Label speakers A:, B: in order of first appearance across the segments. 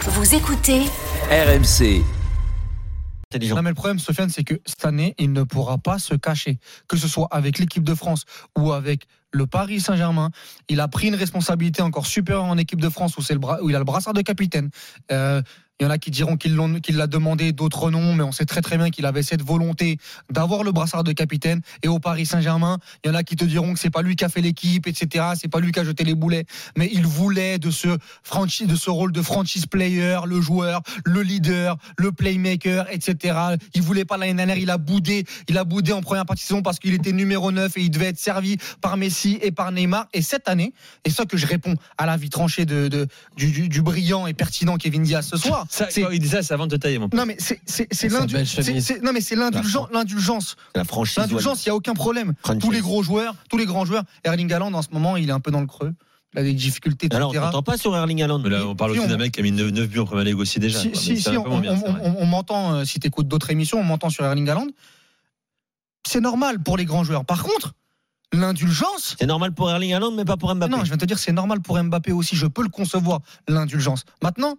A: Vous écoutez
B: RMC.
C: Non, mais le problème, Sofiane, c'est que cette année, il ne pourra pas se cacher. Que ce soit avec l'équipe de France ou avec le Paris Saint-Germain, il a pris une responsabilité encore supérieure en équipe de France où, c'est le bra- où il a le brassard de capitaine. Euh, il y en a qui diront qu'il l'ont- qu'il l'a demandé, d'autres non, mais on sait très très bien qu'il avait cette volonté d'avoir le brassard de capitaine. Et au Paris Saint-Germain, il y en a qui te diront que c'est pas lui qui a fait l'équipe, etc. C'est pas lui qui a jeté les boulets, mais il voulait de ce franchise, de ce rôle de franchise player, le joueur, le leader, le playmaker, etc. Il voulait pas l'année dernière, il a boudé, il a boudé en première partie de saison parce qu'il était numéro 9 et il devait être servi par Messi et par Neymar. Et cette année, et ça que je réponds à la vie tranchée de, de- du, du- du brillant et pertinent Kevin Diaz ce soir,
D: Ça,
C: c'est-
D: quand il dit ça, c'est avant de te tailler, mon p-
C: non mais c'est c'est- c'est
E: Sa
C: l'indu-
E: belle
C: c'est-
E: chemise.
C: c'est- non, mais c'est l'indulgence, l'indulgence,
E: La franchise.
C: l'indulgence. Il y a aucun problème.
E: doit être
C: Tous les gros joueurs, tous les grands joueurs. Erling Haaland en ce moment, il est un peu dans le creux. Il a des difficultés, etc.
E: Alors, on t'entend pas sur Erling Haaland.
D: Mais là, on parle
C: Si
D: aussi d'un
C: on-
D: mec qui a mis 9, buts en première ligue aussi déjà.
C: si,
D: quoi.
C: si-
D: Donc, c'est
C: si,
D: un
C: on,
D: peu moins bien,
C: on-
D: c'est vrai.
C: on- on m'entend, euh, si tu écoutes d'autres émissions, on m'entend sur Erling Haaland. C'est normal pour les grands joueurs. Par contre, l'indulgence.
E: C'est normal pour Erling Haaland, mais pas pour Mbappé.
C: Non, je viens de te dire, c'est normal pour Mbappé aussi. Je peux le concevoir, l'indulgence. Maintenant,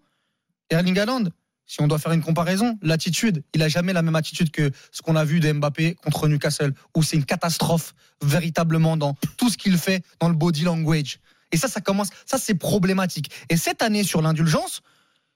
C: Erling Haaland, si on doit faire une comparaison, l'attitude, il a jamais la même attitude que ce qu'on a vu de Mbappé contre Newcastle, où c'est une catastrophe véritablement dans tout ce qu'il fait dans le body language. Et ça, ça commence, ça c'est problématique. Et cette année sur l'indulgence,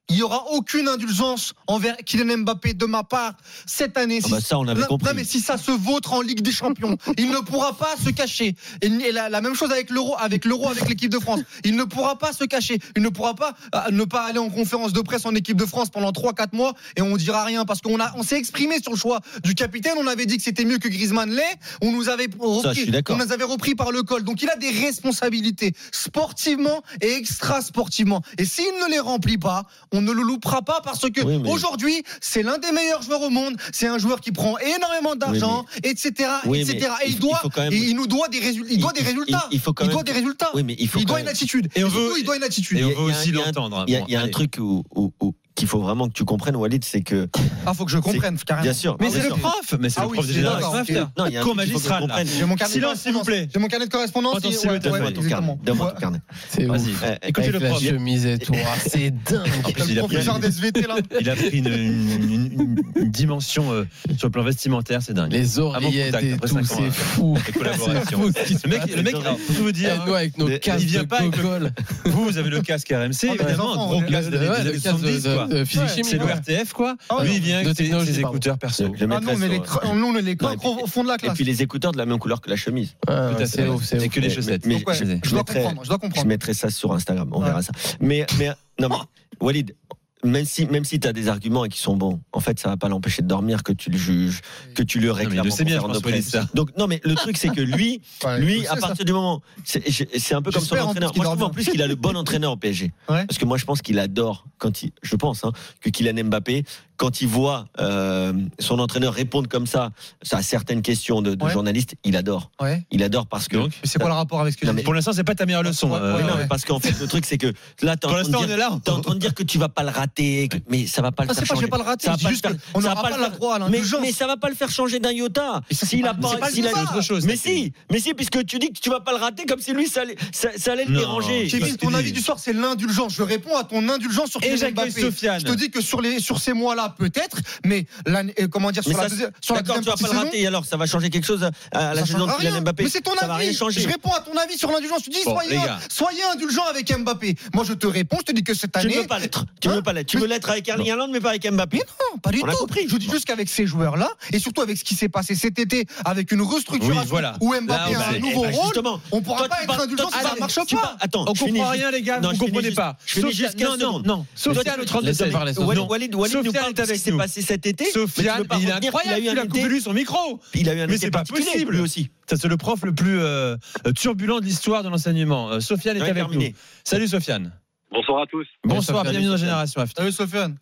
C: il y aura aucune indulgence envers Kylian Mbappé de ma part cette année.
E: Ah
C: si-
E: bah ça, on avait
C: non,
E: compris.
C: non, mais si ça se vautre en Ligue des Champions, il ne pourra pas se cacher. Et, et la, la même chose avec l'euro, avec l'euro, avec l'équipe de France. Il ne pourra pas se cacher. Il ne pourra pas euh, ne pas aller en conférence de presse en équipe de France pendant 3-4 mois et on dira rien parce qu'on a, on s'est exprimé sur le choix du capitaine. On avait dit que c'était mieux que Griezmann l'est. On nous avait
E: Ça, je
C: repris,
E: suis d'accord.
C: on nous avait repris par le col. Donc il a des responsabilités sportivement et extra-sportivement. Et s'il ne les remplit pas, on ne le loupera pas parce que
E: Oui, mais-
C: aujourd'hui, c'est l'un des meilleurs joueurs au monde. C'est un joueur qui prend énormément d'argent, etc.,
E: Oui, mais
C: etc. Et
E: il-
C: il
E: il
C: doit,
E: faut quand même-
C: et il nous doit des résultats. Il doit des
E: il-
C: résultats.
E: il- il faut quand
C: Il
E: même-
C: doit des résultats.
E: Oui, mais il faut
C: Il
E: quand
C: doit
E: même-
C: une attitude.
D: Et on
C: surtout,
D: veut-
C: il doit une
D: Et
C: attitude.
E: Il
D: on
E: y a-
D: veut
E: il y a-
D: aussi
E: il y a un-
D: l'entendre.
E: Il y a,
D: Bon,
E: il y a un
D: allez.
E: truc où- où- où- qu'il faut vraiment que tu comprennes, Walid, c'est que,
C: Ah, faut que je comprenne, carrément.
E: bien sûr.
D: Mais
C: Ah,
D: c'est
C: oui,
D: le
C: c'est-
D: prof Mais c'est
C: Ah
D: le
C: oui,
D: prof
C: c'est
D: déjà.
C: d'accord,
D: Bref,
C: ok.
D: là.
E: Non, il y a un
D: Cours
E: truc qu'il faut que je
D: magistral, là.
E: comprenne.
C: J'ai mon carnet
D: Silence,
C: de
D: s'il vous
C: correspondance.
D: plaît.
C: J'ai mon carnet de correspondance.
D: Attends,
C: et-
D: s'il vous
C: ouais,
D: plaît,
C: ouais,
E: Donne-moi
D: donne-moi
E: ton
C: exactement.
E: carnet. Donne-moi ton
C: Ouais.
E: carnet. C'est
D: Vas-y. ouf.
E: Écoutez
D: Écoutez
E: le
D: le
E: prof.
D: prof.
E: chemise et toi,
F: Ah,
E: c'est
D: En plus,
C: Le
D: il a pris,
C: professeur
D: une,
C: des SVT, là.
D: il a pris une, une- une- une dimension euh, sur le plan vestimentaire, c'est dingue.
F: Les
D: Ah,
F: oreillettes
D: bon contact,
F: et
D: après
F: tout,
D: cinq ans,
F: c'est
D: hein.
F: fou.
D: Les
F: C'est
D: collaborations.
F: fou ce qui se
D: Le mec,
F: passe.
D: le mec, alors, pour tout vous dire,
F: Et nous avec nos
E: Il
F: casques
D: vient
F: de
D: pas avec le-
F: Coca-Cola.
D: vous, vous avez le casque RMC,
C: Ah, mais les
D: évidemment,
C: enfants,
D: un
C: on
D: gros
C: est-
D: casque des
F: Ouais,
D: années
F: le casque de-
D: 70, quoi.
F: de- de physique
C: Ouais,
F: chimie,
D: C'est le
F: ouais.
D: RTF, quoi.
C: Ah,
D: Lui,
C: ouais.
D: il vient avec
F: De
D: ses-
F: technologie,
D: ses
F: pardon.
D: écouteurs perso.
E: Je
C: Ah, nous, on est les cra- nous, on est les
E: Non,
C: craques
E: et puis-
C: au fond de la
E: Et
C: classe.
E: puis les écouteurs de la même couleur que la chemise.
F: Ah,
D: Tout à
F: C'est
D: fait.
F: ouf, c'est
D: C'est
F: ouf.
D: que les
E: Mais-
D: chaussettes.
E: mais-
C: Donc, ouais,
E: je- je
C: je dois
E: mettrai-
C: comprendre. Je dois
E: Je
C: comprendre.
E: mettrai ça sur Instagram, on
C: Ouais. Oh.
E: verra ça. Mais, mais, non, mais, Walid, même si, même si tu as des arguments et qui sont bons, en fait, ça va pas l'empêcher de dormir, que tu le juges, que tu le
D: mais il
E: réclames.
D: le
E: en
D: sait bien, je
E: conférence
D: pense,
E: de
D: Walid,
E: presse. Donc, non, mais le truc, c'est que lui,
C: Ouais, je
E: lui
C: sais
E: à
C: ça.
E: partir du moment. C'est je- c'est un peu comme son
C: J'espère en
E: entraîneur.
C: plus qu'il
E: Moi, je trouve
C: dort
E: en plus qu'il a le bon entraîneur au PSG.
C: Ouais.
E: Parce que moi, je pense qu'il adore, quand il, je pense, hein, que Kylian Mbappé, quand il voit euh, son entraîneur répondre comme ça à certaines questions de, de
C: Ouais.
E: journalistes, il adore.
C: Ouais.
E: Il adore parce que.
D: Donc,
C: Mais c'est quoi le rapport avec ce que
E: Non,
C: j'ai
E: mais-
C: dit
D: Pour l'instant, c'est pas ta meilleure leçon.
C: Ouais,
D: euh,
E: Mais non,
C: ouais.
E: mais parce qu'en fait, le truc, c'est que là, t'es en
D: Pour
E: train de
D: l'instant, on
E: dire-
D: est là.
E: t'es en train de dire que tu vas pas le rater, que- mais ça va pas le
C: Ah,
E: faire
C: c'est pas que je
E: changer.
C: vais pas le rater,
E: Ça va
C: c'est
E: pas
C: juste
E: le faire-
C: qu'on
E: ça va
C: n'aura
E: pas
C: pas
E: le
C: le
E: faire-
C: droit à
E: mais,
C: l'indulgence.
E: mais ça va pas le faire changer d'un iota.
C: Mais ça, c'est
E: S'il
C: pas-
E: a
C: mais
E: pas,
C: c'est pas le
E: s'il a-
C: débat.
D: Autre chose,
E: mais
D: c'est que-
E: si, mais si, puisque tu dis que tu vas pas le rater, comme si lui, ça allait, ça, ça allait le
D: Non.
E: déranger.
C: Kevin,
D: J'ai- Parce qu'il
C: ton
D: dit-
C: avis du soir, c'est l'indulgence. Je réponds à ton indulgence sur
D: Et
C: Kylian
D: j'accueille
C: Mbappé.
D: Sofiane.
C: Je te dis que sur, les, sur ces mois-là, peut-être, mais l'année- euh, comment dire, sur
E: Mais
C: la,
E: ça,
C: deuxième- sur la
E: d'accord,
C: deuxième
E: tu vas
C: partie
E: pas
C: de
E: le
C: saison,
E: rater. Et alors, ça va changer quelque chose à, à
C: ça
E: la saison de
C: changera
E: Kylian
C: rien.
E: Mbappé.
C: Mais c'est ton
E: ça va rien
C: avis.
E: changer.
C: Je réponds à ton avis sur l'indulgence. Tu dis,
D: Bon,
C: soyez,
D: les gars.
C: soyez indulgent avec Mbappé. Moi, je te réponds, je te dis que cette
E: Tu
C: année.
E: ne veux pas l'être. Tu
C: Hein
E: veux pas l'être. Tu veux l'être avec Erling Haaland, mais pas avec Mbappé.
C: Non, pas du
E: On a
C: tout.
E: compris.
C: Je dis juste qu'avec ces joueurs-là, et surtout avec ce qui s'est passé cet été, avec une restructuration
D: Oui, voilà.
C: où Mbappé
D: Là, bah,
C: a
D: on
C: un
D: est-
C: nouveau
E: Eh ben,
C: rôle,
E: justement.
C: on pourra
E: Toi,
C: pas
E: tu
C: être
E: parles-
C: indulgent
E: toi,
C: si
E: tu
C: ça ne
E: parles-
C: marche
E: tu
C: pas.
E: parles- Attends,
D: On
E: je finis
D: comprend
E: juste-
D: rien, les gars,
E: Non,
D: vous
E: je finis
D: comprenez
E: juste-
D: pas.
E: je finis
D: Sofiane-
E: juste 15
D: non, non,
E: secondes.
D: non. Sofiane,
E: Toi,
D: au
E: tu-
D: 32
F: laisse-le
D: secondes.
F: parler, Sofiane.
E: Walid,
D: Non.
E: Walid, Walid nous
D: Sofiane
E: parle
D: est
E: de ce qui
D: avec
E: s'est
D: nous.
E: passé cet été. mais tu veux
D: Sofiane,
E: pas
D: mais il est
E: retenir qu'il
D: incroyable,
E: eu
D: il
E: un
D: a
E: été-
D: confondu son micro.
E: Il a eu un
D: Mais
E: été
D: c'est pas
E: particulier,
D: possible.
E: lui aussi.
D: Ça, c'est le prof le plus euh, turbulent de l'histoire de l'enseignement. Euh, Sofiane est
E: Ouais,
D: avec
E: terminé.
D: nous. Salut Sofiane.
G: Bonsoir à tous.
D: Bonsoir,
F: Sofiane.
D: bienvenue dans Génération After.
C: Salut, Sofiane.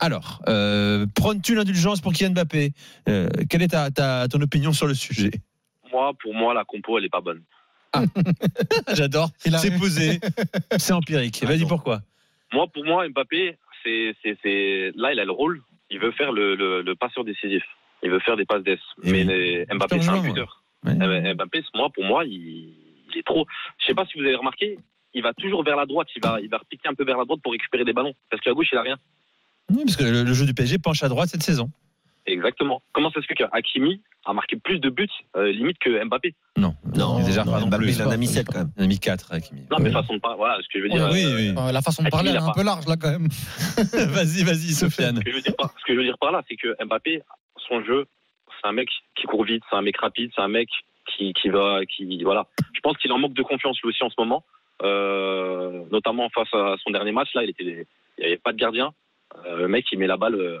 D: Alors, euh, prônes-tu l'indulgence pour Kylian Mbappé Euh, Quelle est ta, ta- ton opinion sur le sujet
G: Moi, pour moi, la compo, elle est pas bonne.
E: Ah,
D: J'adore.
C: Il a-
D: C'est posé, c'est empirique. Vas-y,
E: Attends.
D: pourquoi
G: Moi, pour moi, Mbappé, c'est, c'est, c'est... là, il a le rôle. Il veut faire le, le, le passeur décisif. Il veut faire des passes d'ess.
D: Et
G: Mais
D: oui.
G: les- Mbappé,
D: Je te
G: c'est un
D: rejoins,
G: buteur.
D: Ouais.
G: Eh ben, Mbappé, moi, pour moi, il, il est trop. Je sais pas si vous avez remarqué, il va toujours vers la droite. Il va, il va repiquer un peu vers la droite pour récupérer des ballons. Parce qu'à gauche, il a rien.
D: Oui, parce que le, le jeu du PSG penche à droite cette saison.
G: Exactement. Comment ça se fait que Hakimi a marqué plus de buts, euh, limite, que Mbappé
D: Non,
E: Non,
D: déjà
E: non,
D: pas non
E: Mbappé,
D: plus. hein.
E: il en a mis 7 quand même.
D: Il en a mis 4 avec Kimi.
G: Non, mais façon de pas. Voilà ce que je veux dire.
D: Oui,
G: euh,
D: oui.
C: Euh, la façon de
G: Hakimi,
C: parler, elle
G: il
C: est
G: a
C: un
G: pas.
C: peu large là quand même.
D: vas-y, vas-y, Sofiane.
G: Ce que je veux dire par, ce que je veux dire par là, c'est que Mbappé, son jeu, c'est un mec qui court vite, c'est un mec rapide, c'est un mec qui, qui va, qui voilà. Je pense qu'il en manque de confiance lui aussi en ce moment, Euh, notamment face à son dernier match. Là, il était, il n'y avait pas de gardien. Euh, le mec, il met la balle euh,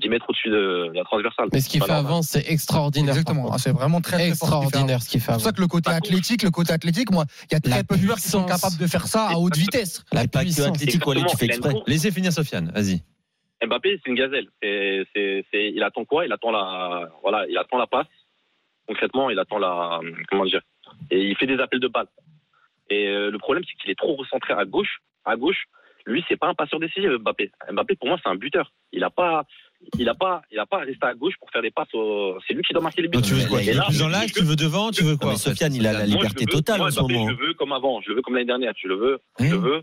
G: 10 mètres au-dessus de la transversale.
A: Mais ce qu'il
G: Pas
A: fait
G: normal.
A: avant, c'est extraordinaire. par
C: Exactement.
A: contre.
C: Ah, C'est vraiment très, très fort ce qu'il fait.
A: Extraordinaire ce qu'il fait
C: C'est pour
A: avant.
C: ça que le côté
G: Par contre-
C: athlétique, le côté athlétique, moi, il y a très
A: La
C: peu de joueurs qui sont
A: puissance.
C: capables de faire ça à haute vitesse.
A: La
E: Et pas que
A: puissance.
E: athlétique,
G: Exactement.
E: Walid, tu fais
G: Il a une
E: exprès.
G: course.
D: Laissez finir Sofiane, vas-y.
G: Mbappé, c'est une gazelle. C'est, c'est, c'est- il attend quoi Il attend la, voilà, il attend la passe. Concrètement, il attend la, comment dire Et il fait des appels de balle. Et euh, le problème, c'est qu'il est trop recentré à gauche. À gauche, lui, c'est pas un passeur décisif, Mbappé. Mbappé, pour moi, c'est un buteur. Il a pas, il a pas, il a pas à rester à gauche pour faire des passes. au- C'est lui qui doit marquer les buts.
D: Donc, tu veux quoi
E: Et
D: Tu veux
G: là,
D: plus en
G: je-
D: l'axe, tu veux devant, tu veux
E: Non,
D: quoi
E: mais
D: en fait
E: Sofiane, il a la
G: Moi, je
E: liberté
G: veux-
E: totale
G: moi,
E: en ce
G: Mbappé,
E: moment. Hum.
G: Je le veux comme avant. Je le veux comme l'année dernière. Je le veux. Je le veux.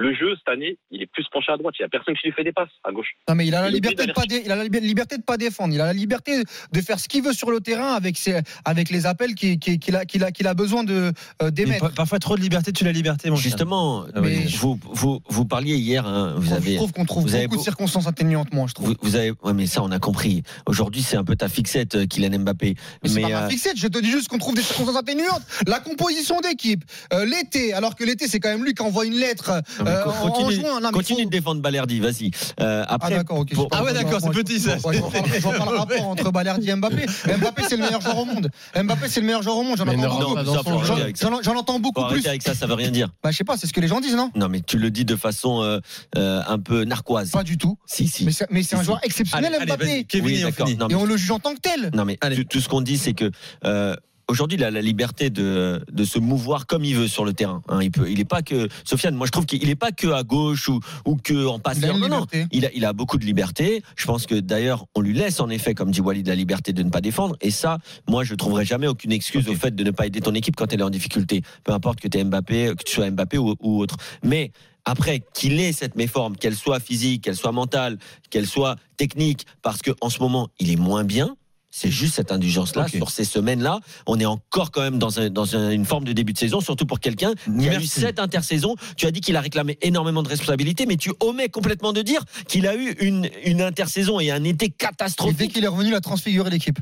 G: Le jeu cette année, il est plus penché à droite. Il y a personne qui lui fait des passes à gauche.
C: Non mais il a la
G: Il est
C: liberté de
G: obligé
C: pas dé- il a la lib- liberté de pas défendre, il a la liberté de faire ce qu'il veut sur le terrain avec ses avec les appels qui- qui- qu'il a qu'il a qu'il a besoin de euh,
D: Mais
C: d'émettre.
D: pa- Parfois trop de liberté, tu la liberté, mon cher.
E: Justement,
D: Ah,
C: mais-
E: je vous, vous, vous parliez hier, hein, vous
C: Je trouve- je
E: avez
C: trouve qu'on trouve
E: vous avez
C: beaucoup de
E: beau-
C: circonstances atténuantes moi je trouve.
E: Vous, vous avez, ouais, mais ça, on a compris. Aujourd'hui, c'est un peu ta fixette, euh, Kylian Mbappé.
C: Mais, c'est pas ma
E: euh,
C: fixette, je te dis juste qu'on trouve des circonstances atténuantes. La composition d'équipe, euh, l'été, alors que l'été c'est quand même lui qui envoie une lettre
E: non, mais
C: euh,
E: co-
C: en, en
E: continue,
C: juin. Non, mais
E: continue
C: faut-
E: de défendre Balerdi, vas-y. Euh,
C: Ah
E: après,
C: d'accord, ok.
E: Bon.
C: je parle
D: Ah ouais,
C: pas-
D: d'accord, c'est
C: moi, je-
D: petit, ça.
C: moi, Je vois pas- je vois pas le rapport entre Balerdi et Mbappé. Mbappé c'est le meilleur joueur au monde. Mbappé c'est le meilleur joueur au monde. J'en
A: Mais ne
C: entends
A: rentre
E: non,
A: pas
E: mais
C: beaucoup.
A: dans
E: ça,
A: son
E: faut
A: jeu.
E: arrêter avec ça.
C: J'en j'en entends
E: Faut
C: beaucoup plus.
E: arrêter avec ça, ça veut rien dire.
C: Bah je sais pas, c'est ce que les gens disent non
E: Non, mais tu le dis de façon euh, euh, un peu narquoise.
C: Pas du tout.
E: Si, si.
C: Mais c'est mais c'est un
E: Si,
C: joueur exceptionnel, Mbappé.
D: vas-y, Kevin
E: Oui,
D: et on
E: d'accord.
D: finit.
E: Non,
C: et
E: mais,
C: on le juge en tant que tel.
E: non, mais tout, tout ce qu'on dit, c'est que euh, aujourd'hui, il a la liberté de, de se mouvoir comme il veut sur le terrain. hein. il peut, il est pas que Sofiane. Moi, je trouve qu'il n'est pas que à gauche ou ou que en
C: Il a
E: passeur.
C: une
E: Non, non.
C: liberté.
E: Il a, il a beaucoup de liberté. Je pense que d'ailleurs, on lui laisse en effet, comme dit Walid, la liberté de ne pas défendre. Et ça, moi, je ne trouverai jamais aucune excuse au fait de ne pas aider ton équipe quand elle est en difficulté. Peu importe que, t'aies Mbappé, euh, que tu sois Mbappé ou, ou autre. Mais après, qu'il ait cette méforme, qu'elle soit physique, qu'elle soit mentale, qu'elle soit technique, parce qu'en ce moment, il est moins bien. C'est juste cette indulgence-là.
D: Ok.
E: Sur ces semaines-là, on est encore quand même dans, un- dans un- une forme de début de saison, surtout pour quelqu'un qui a eu
D: Merci.
E: cette intersaison. Tu as dit qu'il a réclamé énormément de responsabilités, mais tu omets complètement de dire qu'il a eu une, une intersaison et un été
C: Et dès
E: catastrophique.
C: qu'il est revenu, il a transfiguré l'équipe.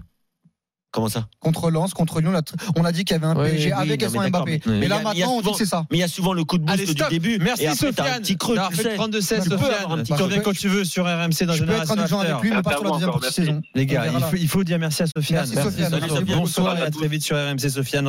E: Comment ça
C: Contre Lens, contre Lyon, la tr- on a dit qu'il y avait un
A: Oui,
C: PSG
A: oui,
C: avec
E: non,
C: et sans
E: mais d'accord,
C: Mbappé.
D: mais-
C: Mais,
E: mais
C: là
E: il y a- il y a
C: maintenant, on dit
E: souvent-
C: que c'est ça.
E: Mais il y a souvent le coup de boost
D: Allez,
E: du
D: stop.
E: début.
D: Merci
E: et après, t'as
D: Sofiane.
E: un petit creux.
D: T'as
E: tu
D: fait
E: sais.
D: 32-16,
C: Tu peux
E: avoir un
D: Sofiane.
E: petit
D: Tu reviens
C: creux.
D: quand tu veux sur RMC dans
C: Je peux être
D: Génération
C: indulgent
D: After.
C: avec lui, mais pas sur la
G: Notamment
C: deuxième
G: encore,
C: partie de
G: merci.
C: saison.
D: Les
C: On
D: gars,
C: verra
D: il
C: là.
D: faut, il faut dire merci à Sofiane.
C: Merci, Sofiane.
D: Salut,
C: Merci.
D: Bonsoir et à très vite sur RMC Sofiane.